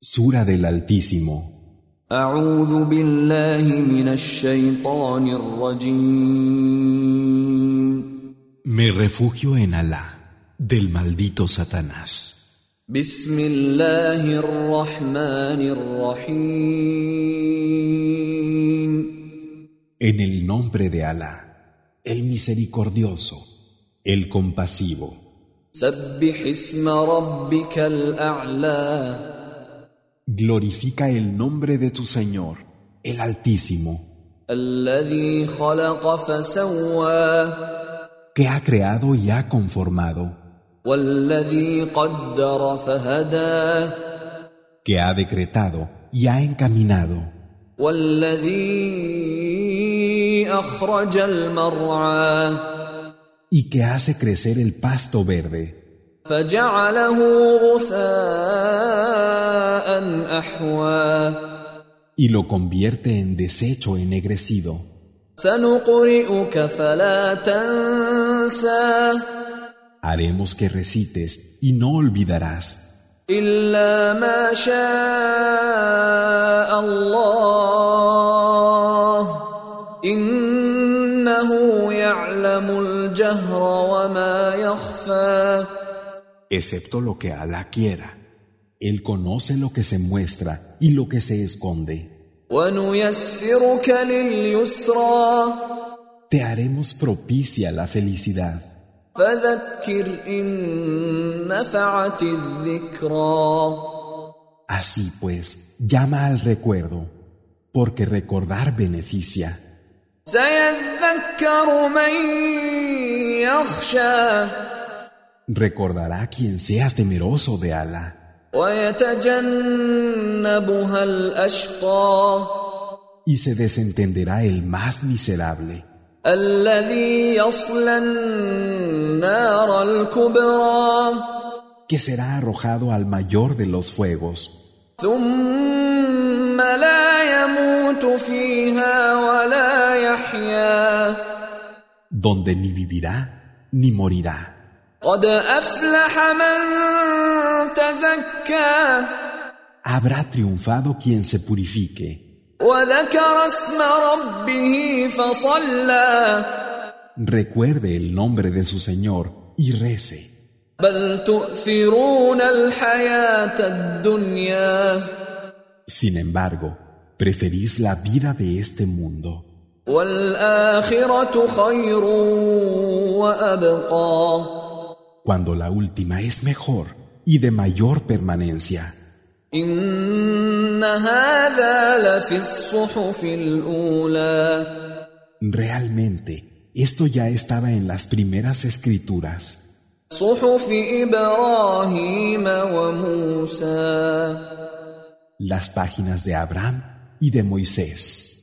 Sura del Altísimo. أعوذ بالله من الشيطان الرجيم Me refugio en Alá, del maldito Satanás. بسم الله الرحمن الرحيم En el nombre de Alá, el misericordioso, el compasivo. سبح اسم ربك الأعلى Glorifica el nombre de tu Señor, el Altísimo, الذي خلق فسوى que ha creado y ha conformado, والذي قدر فهدى que ha decretado y ha encaminado, والذي أخرج المرعى y que hace crecer el pasto verde, فجعله غثاء أحوى y lo convierte en desecho ennegrecido. سنقرئك فلا تنسى Haremos que recites y no olvidarás. إلا ما شاء الله إنه يعلم الجهر وما يخفى excepto lo que Alá quiera. Él conoce lo que se muestra y lo que se esconde. ونيسرك لليسرى Te haremos propicia la felicidad. فذكر إن نفعت الذكرى Así pues, llama al recuerdo, porque recordar beneficia. سيذكر من يخشى Recordará quien sea temeroso de Alá ويتجنبها الأشقى y se desentenderá el más miserable, الذي يصلى النار الكبرى que será arrojado al mayor de los fuegos, ثم لا يموت فيها ولا يحيا donde ni vivirá ni morirá. قد أفلح من تزكى Habrá triunfado quien se purifique. وذكر اسم ربه فصلى Recuerde el nombre de su Señor y rece, بل تؤثرون الحياة الدنيا sin embargo, preferís la vida de este mundo, والآخرة خير وأبقى cuando la última es mejor y de mayor permanencia. إن هذا لفي الصحف الأولى Realmente, esto ya estaba en las primeras escrituras, صحف إبراهيم وموسى las páginas de Abraham y de Moisés.